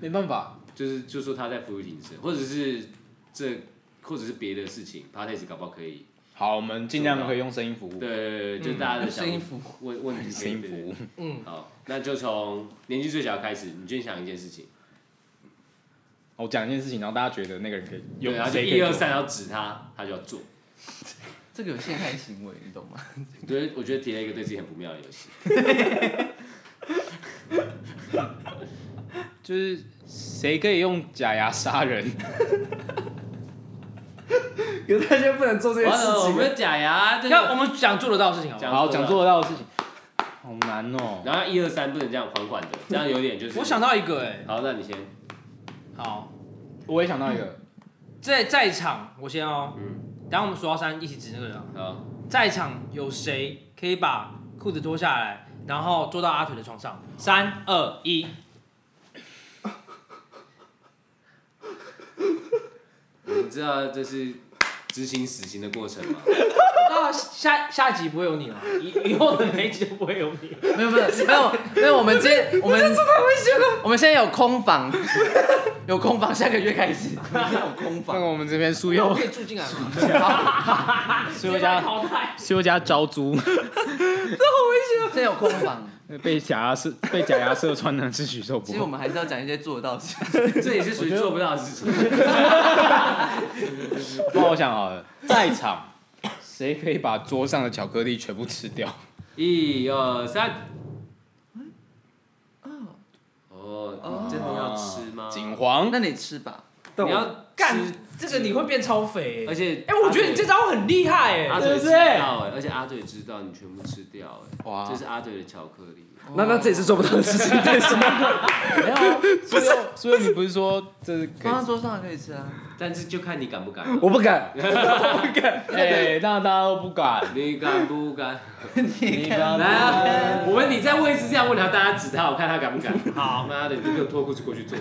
[SPEAKER 2] 没办法，
[SPEAKER 1] 就是就说他在服务停车，或者是这或者是别的事情 p a r t s 搞不好可以。
[SPEAKER 2] 好，我们尽量可以用声音服务，
[SPEAKER 1] 对，对对就是大家的想
[SPEAKER 5] 声音服
[SPEAKER 1] 问问题可
[SPEAKER 2] [LAUGHS] 声
[SPEAKER 1] 以
[SPEAKER 2] 音服务。
[SPEAKER 1] 对好，那就从年纪最小开始，你就想一件事情，
[SPEAKER 2] 我讲一件事情，然后大家觉得那个人可以有
[SPEAKER 1] 对，然后就
[SPEAKER 2] 谁
[SPEAKER 1] 一
[SPEAKER 2] 可
[SPEAKER 1] 二
[SPEAKER 2] 以做？
[SPEAKER 1] 三，然后指他，他就要做。
[SPEAKER 5] 这个有陷害行为，你懂吗？
[SPEAKER 1] 我觉得我觉得提了一个对自己很不妙的游戏，
[SPEAKER 2] 就是谁可以用假牙杀人？
[SPEAKER 4] 犹太人不能做这些
[SPEAKER 1] 完
[SPEAKER 4] 事
[SPEAKER 5] 啊
[SPEAKER 1] 了，我
[SPEAKER 4] 情。
[SPEAKER 1] 们的假牙这
[SPEAKER 4] [LAUGHS] 那我
[SPEAKER 1] 个，
[SPEAKER 4] 们讲做得到的事情好不好
[SPEAKER 1] 讲
[SPEAKER 2] 好，
[SPEAKER 1] 做
[SPEAKER 2] 讲
[SPEAKER 1] 到
[SPEAKER 2] 做得到的事情，好难哦。
[SPEAKER 1] 然后一二三不能这样缓缓的，这样有点就是。
[SPEAKER 2] [LAUGHS]
[SPEAKER 4] 我想到一个哎、
[SPEAKER 1] 好，那你先，
[SPEAKER 4] 好，
[SPEAKER 2] 我也想到一个，
[SPEAKER 4] 在在场我先哦、
[SPEAKER 1] 嗯，
[SPEAKER 4] 然后我们数到三一起指那个人啊。
[SPEAKER 1] 好，
[SPEAKER 4] 在场有谁可以把裤子脱下来，然后坐到阿腿的床上？三二一，
[SPEAKER 1] 你知道这是执行死刑的过程吗？
[SPEAKER 4] 那下下一集不会有你了， [LAUGHS] 以以后的每一集都不会有
[SPEAKER 5] [LAUGHS]
[SPEAKER 4] 你了。
[SPEAKER 5] 没有没有没有没有，我们今天我们我们现在有空房，有空房，下个月开始我们现在有空
[SPEAKER 2] 那
[SPEAKER 5] 房，
[SPEAKER 2] 个我们这边 [LAUGHS] 苏
[SPEAKER 4] [LAUGHS] 我
[SPEAKER 2] 佑
[SPEAKER 4] 可以住进 [LAUGHS] 来吗？
[SPEAKER 2] 苏佑家
[SPEAKER 4] 淘汰。
[SPEAKER 2] 苏佑家招租，
[SPEAKER 5] 现在有空
[SPEAKER 4] [LAUGHS]
[SPEAKER 5] 房。
[SPEAKER 2] 被假牙射被假牙射穿的是许寿
[SPEAKER 5] 其实我
[SPEAKER 2] 波。
[SPEAKER 5] 们还是要讲一些做得到的事。
[SPEAKER 1] 这也是属于做不到的事情。
[SPEAKER 2] 帮我想好了，在场谁可以把桌上的巧克力全部吃掉？
[SPEAKER 1] 一二三。哦，你真的要吃吗？
[SPEAKER 2] 景皇
[SPEAKER 5] 那你吃吧，
[SPEAKER 1] 你要
[SPEAKER 4] 干
[SPEAKER 1] 吃，
[SPEAKER 4] 这个你会变超肥、
[SPEAKER 1] 而
[SPEAKER 4] 欸。
[SPEAKER 1] 且
[SPEAKER 4] 哎、我觉得你这招很厉害哎、
[SPEAKER 1] 阿
[SPEAKER 4] 对
[SPEAKER 1] 嘴
[SPEAKER 4] 不
[SPEAKER 1] 知
[SPEAKER 4] 对？
[SPEAKER 1] 道哎，而且阿嘴知道你全部吃掉哎，
[SPEAKER 2] 哇
[SPEAKER 1] 这是阿嘴的巧克力。
[SPEAKER 3] 那那
[SPEAKER 5] 哦
[SPEAKER 3] 这也是做不到的事情，但是
[SPEAKER 5] 没有啊，
[SPEAKER 2] 不是，所以你不是说这是可以
[SPEAKER 5] 放在桌上还可以吃啊。
[SPEAKER 1] 但是就看你敢不敢，
[SPEAKER 3] 我不敢。
[SPEAKER 2] [LAUGHS] 哎，那大家都
[SPEAKER 1] [LAUGHS]
[SPEAKER 2] 不敢。
[SPEAKER 1] 你敢不 [LAUGHS] 敢？
[SPEAKER 2] 你敢
[SPEAKER 1] 来啊，我问你在位置这样问他，大家指他，我看他敢不 [LAUGHS] 敢。
[SPEAKER 4] 好，
[SPEAKER 1] 妈的，你就给我脱裤子过去做。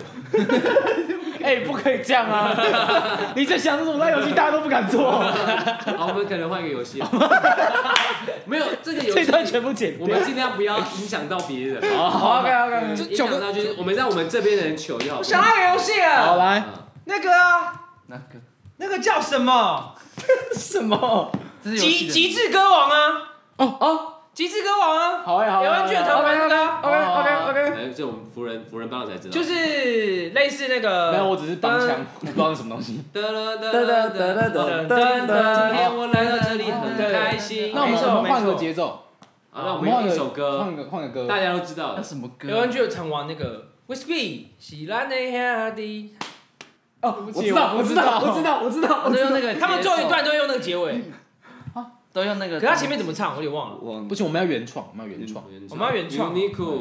[SPEAKER 2] 哎，不可以这样啊！ [LAUGHS] 你在想什么？那游戏大家都不敢
[SPEAKER 1] [LAUGHS]
[SPEAKER 2] 做，
[SPEAKER 1] 好，我们可能换一个游戏。没有 [LAUGHS] 这个游
[SPEAKER 2] 这
[SPEAKER 1] 戏，
[SPEAKER 2] 段全部剪
[SPEAKER 1] 我
[SPEAKER 2] 掉。
[SPEAKER 1] 们尽量不要影响到别人。
[SPEAKER 2] 好，OK OK。
[SPEAKER 1] 影响到就是我们让我们这边的人求嗯就好。
[SPEAKER 4] 想到一个游戏
[SPEAKER 2] 好，
[SPEAKER 4] 了，
[SPEAKER 2] 来，
[SPEAKER 4] 那个啊，
[SPEAKER 5] 那个，
[SPEAKER 4] 那个叫什 [LAUGHS] 么？
[SPEAKER 2] 什么？
[SPEAKER 5] 这是游戏
[SPEAKER 4] 极
[SPEAKER 5] 的
[SPEAKER 4] 极致歌王啊，
[SPEAKER 2] 哦哦，
[SPEAKER 4] 极致歌王啊，
[SPEAKER 2] 好哎，好哎。
[SPEAKER 4] 有人剧头发那个啊。
[SPEAKER 2] OK OK OK。
[SPEAKER 1] 哎，这我们福人福人帮才知道。
[SPEAKER 4] 就是类似那个，
[SPEAKER 2] 没有，我只是帮腔，我不知道是什么东西。
[SPEAKER 1] 噔噔噔噔
[SPEAKER 3] 噔噔
[SPEAKER 1] 噔
[SPEAKER 3] 噔
[SPEAKER 1] 噔
[SPEAKER 3] 噔
[SPEAKER 1] 噔
[SPEAKER 3] 噔
[SPEAKER 1] 噔
[SPEAKER 3] 噔
[SPEAKER 1] 噔，
[SPEAKER 3] 噔
[SPEAKER 1] 今天我来到这里很开心。
[SPEAKER 2] 那我们
[SPEAKER 4] 没错
[SPEAKER 2] 我们换
[SPEAKER 4] 没
[SPEAKER 2] 个
[SPEAKER 4] 错
[SPEAKER 2] 节奏，
[SPEAKER 1] 好，那我
[SPEAKER 2] 我
[SPEAKER 1] 们
[SPEAKER 2] 们换
[SPEAKER 1] 用一
[SPEAKER 2] 个
[SPEAKER 1] 首歌，
[SPEAKER 2] 换个换个歌。
[SPEAKER 1] 大家都知道
[SPEAKER 5] 那
[SPEAKER 1] 的。
[SPEAKER 5] 什么
[SPEAKER 2] 啊
[SPEAKER 5] 歌？
[SPEAKER 4] 有人就有唱完那个 Whisky 喜兰的兄弟，
[SPEAKER 3] 哦，
[SPEAKER 2] 不
[SPEAKER 3] 我
[SPEAKER 2] 起
[SPEAKER 3] 知道，
[SPEAKER 2] 我
[SPEAKER 3] 我
[SPEAKER 2] 不
[SPEAKER 3] 知
[SPEAKER 2] 知道
[SPEAKER 3] 道，我知道，我知道，我
[SPEAKER 5] 哦都
[SPEAKER 3] 知
[SPEAKER 5] 用
[SPEAKER 3] 道。
[SPEAKER 5] 那个，
[SPEAKER 4] 他们最后一段都用那个结尾，
[SPEAKER 2] 嗯
[SPEAKER 5] 都用那个。
[SPEAKER 4] 可他前面怎么唱我有点忘了。
[SPEAKER 3] 我
[SPEAKER 2] 不行，我们要原创，我们要原创。
[SPEAKER 1] 嗯
[SPEAKER 4] 我们要原创
[SPEAKER 2] 哦
[SPEAKER 1] Uniqlo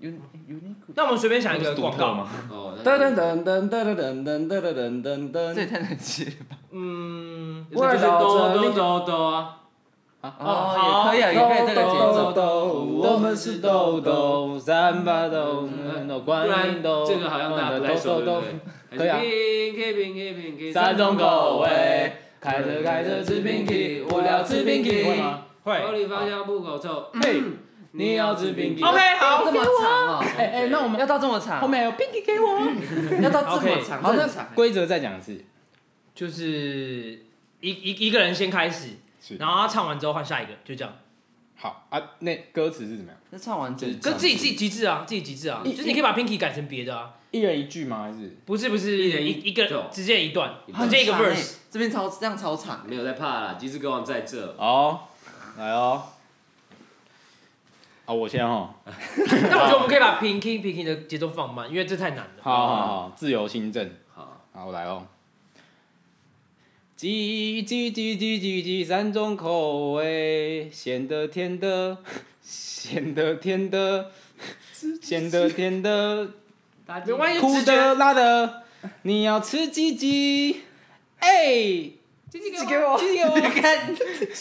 [SPEAKER 5] 有有那
[SPEAKER 4] 那我们随便想一个广告，
[SPEAKER 2] 吗？
[SPEAKER 1] 哦，那
[SPEAKER 3] 噔噔噔噔噔噔噔噔噔噔噔
[SPEAKER 5] 个，这也
[SPEAKER 3] 噔。
[SPEAKER 5] 太难记了吧？
[SPEAKER 4] 嗯，
[SPEAKER 1] 那就是哆哆哆哆啊！
[SPEAKER 5] 哦，也可以啊，也可以这个节奏。
[SPEAKER 1] 我们是豆豆
[SPEAKER 2] 三八豆
[SPEAKER 1] 嗯
[SPEAKER 2] 豆
[SPEAKER 1] 不然这个好像大家不太熟，对不对？
[SPEAKER 2] 可以啊
[SPEAKER 1] 冰 K 冰 K 冰 K
[SPEAKER 2] 三种口味，开着开着吃冰淇淋，无聊吃冰淇淋。
[SPEAKER 1] 会吗合
[SPEAKER 4] 会。
[SPEAKER 1] 理方向不搞错。
[SPEAKER 2] 嘿，你要吃冰淇淋
[SPEAKER 4] OK，好
[SPEAKER 5] 这，么长哦，
[SPEAKER 2] 哎哎，那我们
[SPEAKER 5] 要到这么长，
[SPEAKER 2] 后面还有冰淇淋给我。
[SPEAKER 5] 要到这么
[SPEAKER 4] OK，
[SPEAKER 5] 长，
[SPEAKER 2] 好，
[SPEAKER 5] 这
[SPEAKER 2] 那
[SPEAKER 5] 么长。欸
[SPEAKER 2] 规则再讲一次。
[SPEAKER 4] 就是一一一个人先开始
[SPEAKER 2] 是，
[SPEAKER 4] 然后他唱完之后换下一个，就这样。
[SPEAKER 2] 好啊，那歌词是怎么样？
[SPEAKER 5] 那唱完整
[SPEAKER 4] 可自己自己极致啊，自己极致啊，
[SPEAKER 2] 一
[SPEAKER 4] 就是你可以把 Pinky 改成别的啊，
[SPEAKER 2] 一人一句吗？还是
[SPEAKER 4] 不是不是
[SPEAKER 1] 一人一
[SPEAKER 4] 一个
[SPEAKER 1] 就
[SPEAKER 4] 直接一段
[SPEAKER 1] 一，段
[SPEAKER 4] 直接一个
[SPEAKER 2] 欸 [LAUGHS]
[SPEAKER 4] verse。
[SPEAKER 5] 这边超这样超长，
[SPEAKER 1] 没有在怕啦，机智歌王在这。
[SPEAKER 2] 哦，来哦。啊，我先哦。
[SPEAKER 4] 那我觉得我们可以把 Pinky Pinky 的节奏放慢，因为这太难了。
[SPEAKER 2] 好好好，自由新政。
[SPEAKER 1] 好，
[SPEAKER 2] 好，我来哦。鸡鸡鸡鸡鸡鸡三种口味，咸的、甜的、 [LAUGHS] 咸的、甜的、 [LAUGHS] 咸的、甜的、
[SPEAKER 1] 大家
[SPEAKER 4] 没
[SPEAKER 2] [LAUGHS]
[SPEAKER 4] 关系，
[SPEAKER 2] 苦
[SPEAKER 4] 直觉
[SPEAKER 2] 的、辣的，你要吃鸡鸡。哎，
[SPEAKER 3] 寄
[SPEAKER 5] [LAUGHS]
[SPEAKER 3] 给我。
[SPEAKER 2] 鸡鸡哦，
[SPEAKER 5] 你看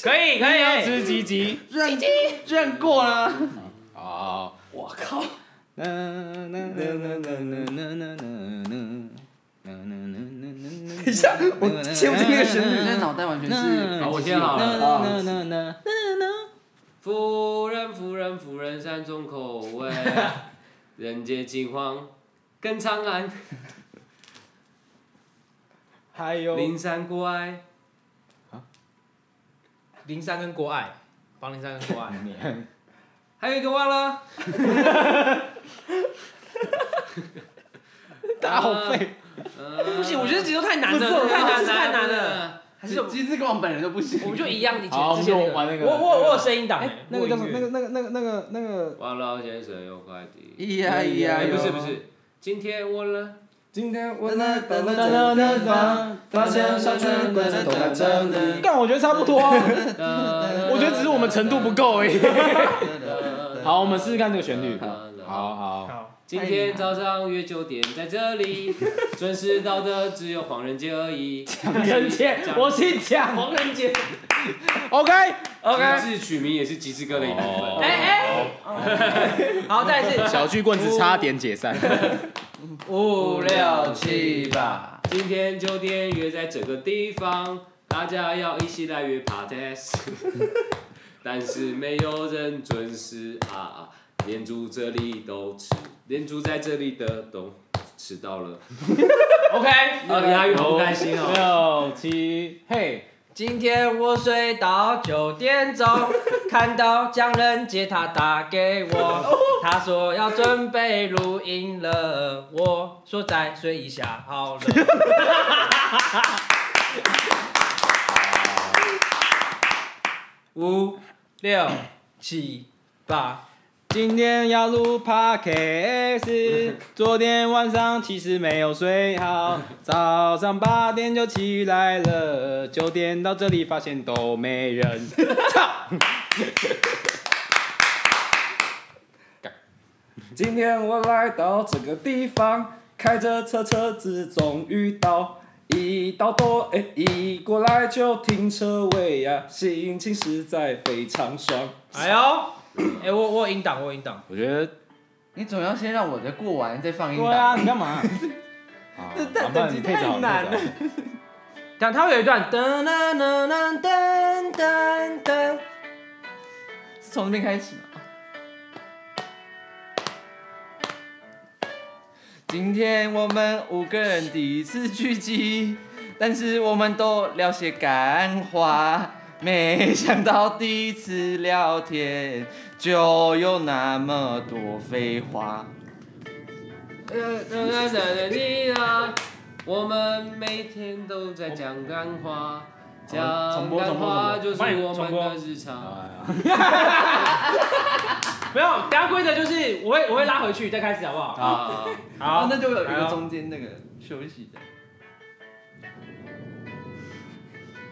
[SPEAKER 4] 可以可
[SPEAKER 2] 你要
[SPEAKER 4] 以。
[SPEAKER 2] 吃鸡鸡。
[SPEAKER 5] 居然居然过 [LAUGHS] 了，
[SPEAKER 2] 好，
[SPEAKER 3] 我靠！
[SPEAKER 2] 等
[SPEAKER 3] 等一
[SPEAKER 2] [LAUGHS]
[SPEAKER 3] 下，我听不进那个旋律。
[SPEAKER 5] 你的脑袋完全是
[SPEAKER 1] 好我先好了
[SPEAKER 2] 了。
[SPEAKER 1] 夫人，夫人，夫人，三种口味，人间金黄跟长安。
[SPEAKER 2] 还有
[SPEAKER 1] 灵山过爱，
[SPEAKER 4] 零三跟国爱，房零三跟国爱，
[SPEAKER 1] 还有一个忘了，
[SPEAKER 2] [LAUGHS] 打好费，
[SPEAKER 4] 不行，我觉得节奏太难
[SPEAKER 5] 不
[SPEAKER 4] 了，
[SPEAKER 5] 是
[SPEAKER 4] 太难
[SPEAKER 5] 不是
[SPEAKER 4] 了，太难了。
[SPEAKER 5] 还是其实跟我本人都不行。
[SPEAKER 4] 我们就一样，你
[SPEAKER 2] 好，我
[SPEAKER 4] 前
[SPEAKER 2] 们就
[SPEAKER 4] 之前那
[SPEAKER 2] 玩
[SPEAKER 4] 个
[SPEAKER 2] 那个。
[SPEAKER 4] 我我我有声音档
[SPEAKER 2] 哎
[SPEAKER 4] 欸，，
[SPEAKER 2] 那个叫什么？
[SPEAKER 4] 我有
[SPEAKER 2] 那
[SPEAKER 4] 音
[SPEAKER 2] 个
[SPEAKER 4] 乐
[SPEAKER 2] 那个那个那个那个，
[SPEAKER 1] 忘了先生有快递。
[SPEAKER 5] 咿呀咿呀
[SPEAKER 1] 哎，
[SPEAKER 5] 咿
[SPEAKER 1] 不
[SPEAKER 5] 呀，
[SPEAKER 1] 是不是，今天忘了。
[SPEAKER 3] 今天我来到了这个地方，发现小区怪在都在这里。
[SPEAKER 2] 干，我觉得差不多啊，
[SPEAKER 1] 我
[SPEAKER 2] 我觉得只是我们程度不够而已。好，我们试试看这个旋律。好好，
[SPEAKER 4] 好，
[SPEAKER 1] 今天早上约九点在这里，准时到的只有黄仁杰而已。
[SPEAKER 2] 唐人街，我姓蒋。
[SPEAKER 4] 黄仁杰
[SPEAKER 2] OK。
[SPEAKER 4] ，OK，
[SPEAKER 1] 极致取名也是极致歌的一部
[SPEAKER 2] 哦
[SPEAKER 1] 分。
[SPEAKER 4] 哎哎，好，再一次，
[SPEAKER 2] 小巨棍子差点解散。
[SPEAKER 5] 五
[SPEAKER 4] 哎
[SPEAKER 5] 六七八，
[SPEAKER 1] 今天九点约在这个地方，大家要一起来约 parties，但是没有人准时啊，连住这里都迟，连住在这里的都迟到了。
[SPEAKER 4] OK，
[SPEAKER 1] 啊，押韵好不开心哦。
[SPEAKER 2] 六七，嘿，
[SPEAKER 4] 今天我睡到九点钟，看到江仁杰他打给我，他说要准备录音了，我说再睡一下好了。五六七八，
[SPEAKER 2] 今天要录 podcast，昨天晚上其实没有睡好，早上八点就起来了，九点到这里发现都没人。
[SPEAKER 3] 今天我来到这个地方，开着车，车子终于到。一到多，哎，一过来就停车位呀、心情实在非常爽。
[SPEAKER 4] 哎呦，哎我我有音档我有音档，
[SPEAKER 2] 我觉得，
[SPEAKER 5] 你总要先让我的过完再放音
[SPEAKER 2] 对 [LAUGHS]
[SPEAKER 5] 档。
[SPEAKER 2] 啊，你干嘛？啊好
[SPEAKER 5] 这这
[SPEAKER 2] 麻烦你
[SPEAKER 5] 等级
[SPEAKER 2] 配置好
[SPEAKER 5] 太难了
[SPEAKER 2] 你配置好
[SPEAKER 4] 讲他有一段噔噔噔噔噔噔，
[SPEAKER 5] 是从这边开始吗？今天我们五个人第一次聚集，但是我们都聊些干话。没想到第一次聊天就有那么多废话。
[SPEAKER 1] 呃呃呃你啊，我们每天都在讲干话，讲
[SPEAKER 2] 哦重播
[SPEAKER 1] 干
[SPEAKER 2] 重播重
[SPEAKER 1] 话
[SPEAKER 2] 播
[SPEAKER 1] 就是我们的日常。
[SPEAKER 2] 哎呀
[SPEAKER 4] 没有，等下规则就是我会我会拉回去再开始好不好？
[SPEAKER 1] 啊，
[SPEAKER 4] 好
[SPEAKER 5] 哦那就有一
[SPEAKER 4] 来
[SPEAKER 5] 个
[SPEAKER 4] 哦
[SPEAKER 5] 中间那个休息的。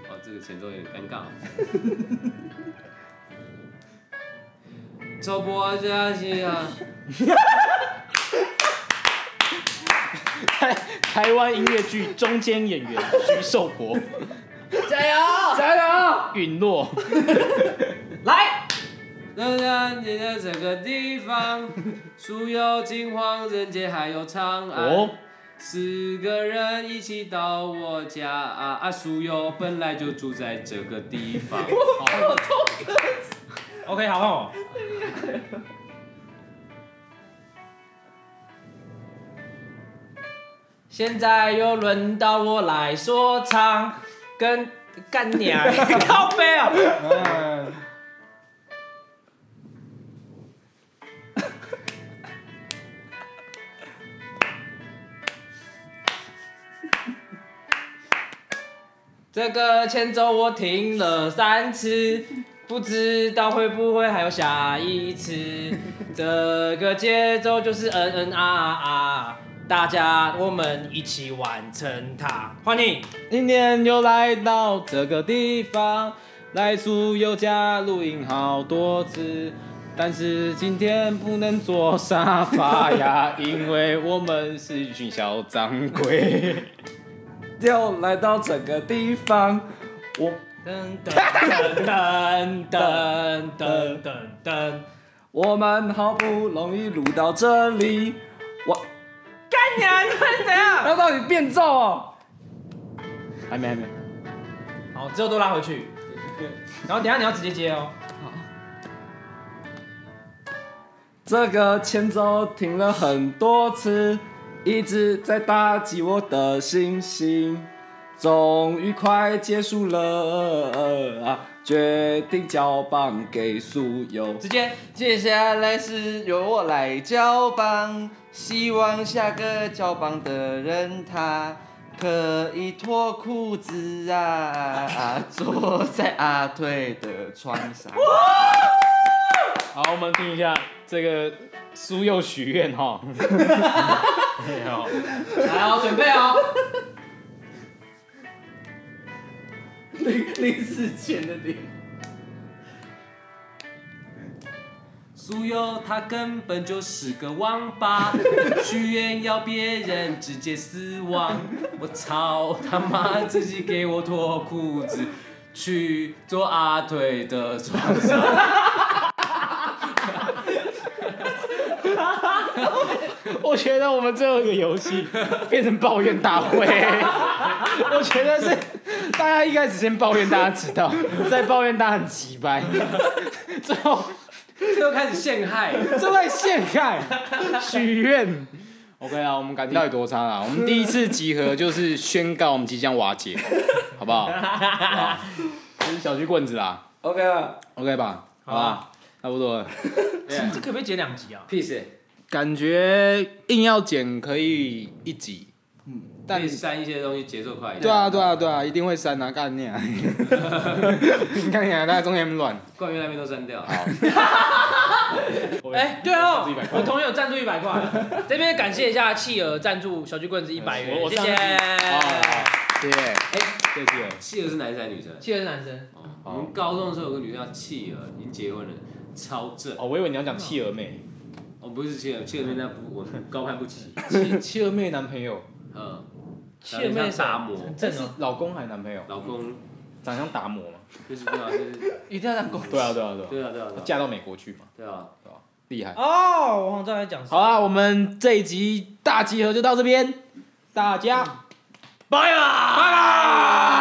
[SPEAKER 1] 哦，这个前奏有点尴 [LAUGHS] 尬。哦周波加西啊，
[SPEAKER 2] 台台湾音乐剧中间演员徐寿伯
[SPEAKER 5] [LAUGHS] 加油！
[SPEAKER 2] 陨落，
[SPEAKER 4] 来。
[SPEAKER 1] 仍然你在这个地方，书有金黄，人间还有长安。
[SPEAKER 2] 哦，
[SPEAKER 1] 四个人一起到我家啊！啊，叔友本来就住在这个地方。
[SPEAKER 4] OK，好换我。现在又轮到我来说唱，跟干娘靠背哦。这个前奏我听了三次，不知道会不会还有下一次。这个节奏就是嗯嗯啊啊啊，大家我们一起完成它。欢迎。
[SPEAKER 2] 今天又来到这个地方，来苏友家录音好多次，但是今天不能坐沙发呀，因为我们是一群小掌柜。
[SPEAKER 3] 又来到这个地方，我
[SPEAKER 4] [LAUGHS] 噔噔噔噔噔噔噔噔，
[SPEAKER 3] 我们好不容易录到这里，我
[SPEAKER 4] 干娘你们怎样？
[SPEAKER 3] 要到底变奏哦。
[SPEAKER 2] 还没还没，
[SPEAKER 4] 好，之后都拉回去。然后等一下你要直接接哦。
[SPEAKER 3] 这个前奏听了很多次，一直在打击我的信心。终于快结束了啊！决定交棒给苏有。
[SPEAKER 4] 直接
[SPEAKER 5] 接下来是由我来交棒，希望下个交棒的人他可以脱裤子啊，啊 [LAUGHS] 坐在阿退的床上。
[SPEAKER 2] 好，我们听一下这个苏佑许愿哈。
[SPEAKER 4] 来哦，准备哦。
[SPEAKER 5] [LAUGHS] 林林世谦的脸，
[SPEAKER 4] 苏佑他根本就是个王
[SPEAKER 1] [LAUGHS]
[SPEAKER 4] 八，许愿要别人直接死亡。我操他妈，自己给我脱裤子，去做阿腿的床上。
[SPEAKER 2] 我觉得我们最后一个游戏变成抱怨大会，我觉得是大家一开始先抱怨大家知道，再抱怨大家很奇掰，最后
[SPEAKER 1] 又开始陷害，
[SPEAKER 2] [LAUGHS] 这位陷 [LAUGHS] 害许愿。OK 啊，我们感情到底多差啦？我们第一次集合就是宣告我们即将瓦解， [LAUGHS] 好不好？好不好这是小区棍子啦
[SPEAKER 3] OK 了，
[SPEAKER 2] ，OK 吧？好啊吧，差不多了。
[SPEAKER 4] [LAUGHS] 这可不可以剪两集啊？
[SPEAKER 1] 屁事，
[SPEAKER 2] 感觉硬要剪可以一集，嗯，但
[SPEAKER 1] 可以删一些东西，节奏快一
[SPEAKER 2] 对
[SPEAKER 1] 点。
[SPEAKER 2] 啊，对啊，对啊，一定会删啊！干 [LAUGHS] 你啊！你看你啊，大家中间乱，
[SPEAKER 1] 冠军那边都删掉。
[SPEAKER 4] 哎、对哦，我同友赞助一百块， [LAUGHS] 这边感谢一下企鹅赞助小巨棍子一百元，谢谢。
[SPEAKER 2] 谢谢，谢谢。
[SPEAKER 1] 企鹅是男生还是女生？
[SPEAKER 4] 企鹅是男生，
[SPEAKER 1] 哦，我们高中的时候有个女生叫企鹅，已经结婚了，超正。
[SPEAKER 2] 哦，我以为你要讲企鹅妹，
[SPEAKER 1] 哦，不是企鹅，企鹅那不，我们高攀不
[SPEAKER 2] [LAUGHS]
[SPEAKER 1] 起。
[SPEAKER 2] 企企鹅妹男朋友，
[SPEAKER 1] 嗯，
[SPEAKER 4] 企鹅妹
[SPEAKER 1] 长得像达摩，
[SPEAKER 4] 正哦，
[SPEAKER 2] 老公还男朋友，
[SPEAKER 1] 老公
[SPEAKER 2] 长相达摩嘛？
[SPEAKER 1] 就是对啊，就是
[SPEAKER 5] 一定要让公
[SPEAKER 2] 对啊，对啊，对啊，
[SPEAKER 1] 对啊，对啊，对啊，
[SPEAKER 2] 嫁到美国去嘛，
[SPEAKER 1] 对啊。
[SPEAKER 2] 厉害。
[SPEAKER 4] 哦，我好像知道在讲什
[SPEAKER 2] 好
[SPEAKER 4] 么。
[SPEAKER 2] 啦，我们这一集大集合就到这边，大家拜啦，拜啦。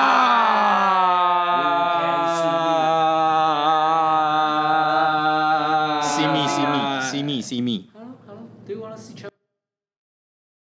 [SPEAKER 2] See me, see me, see me, see me. Ah,
[SPEAKER 1] Hello, hello. Do you wanna see?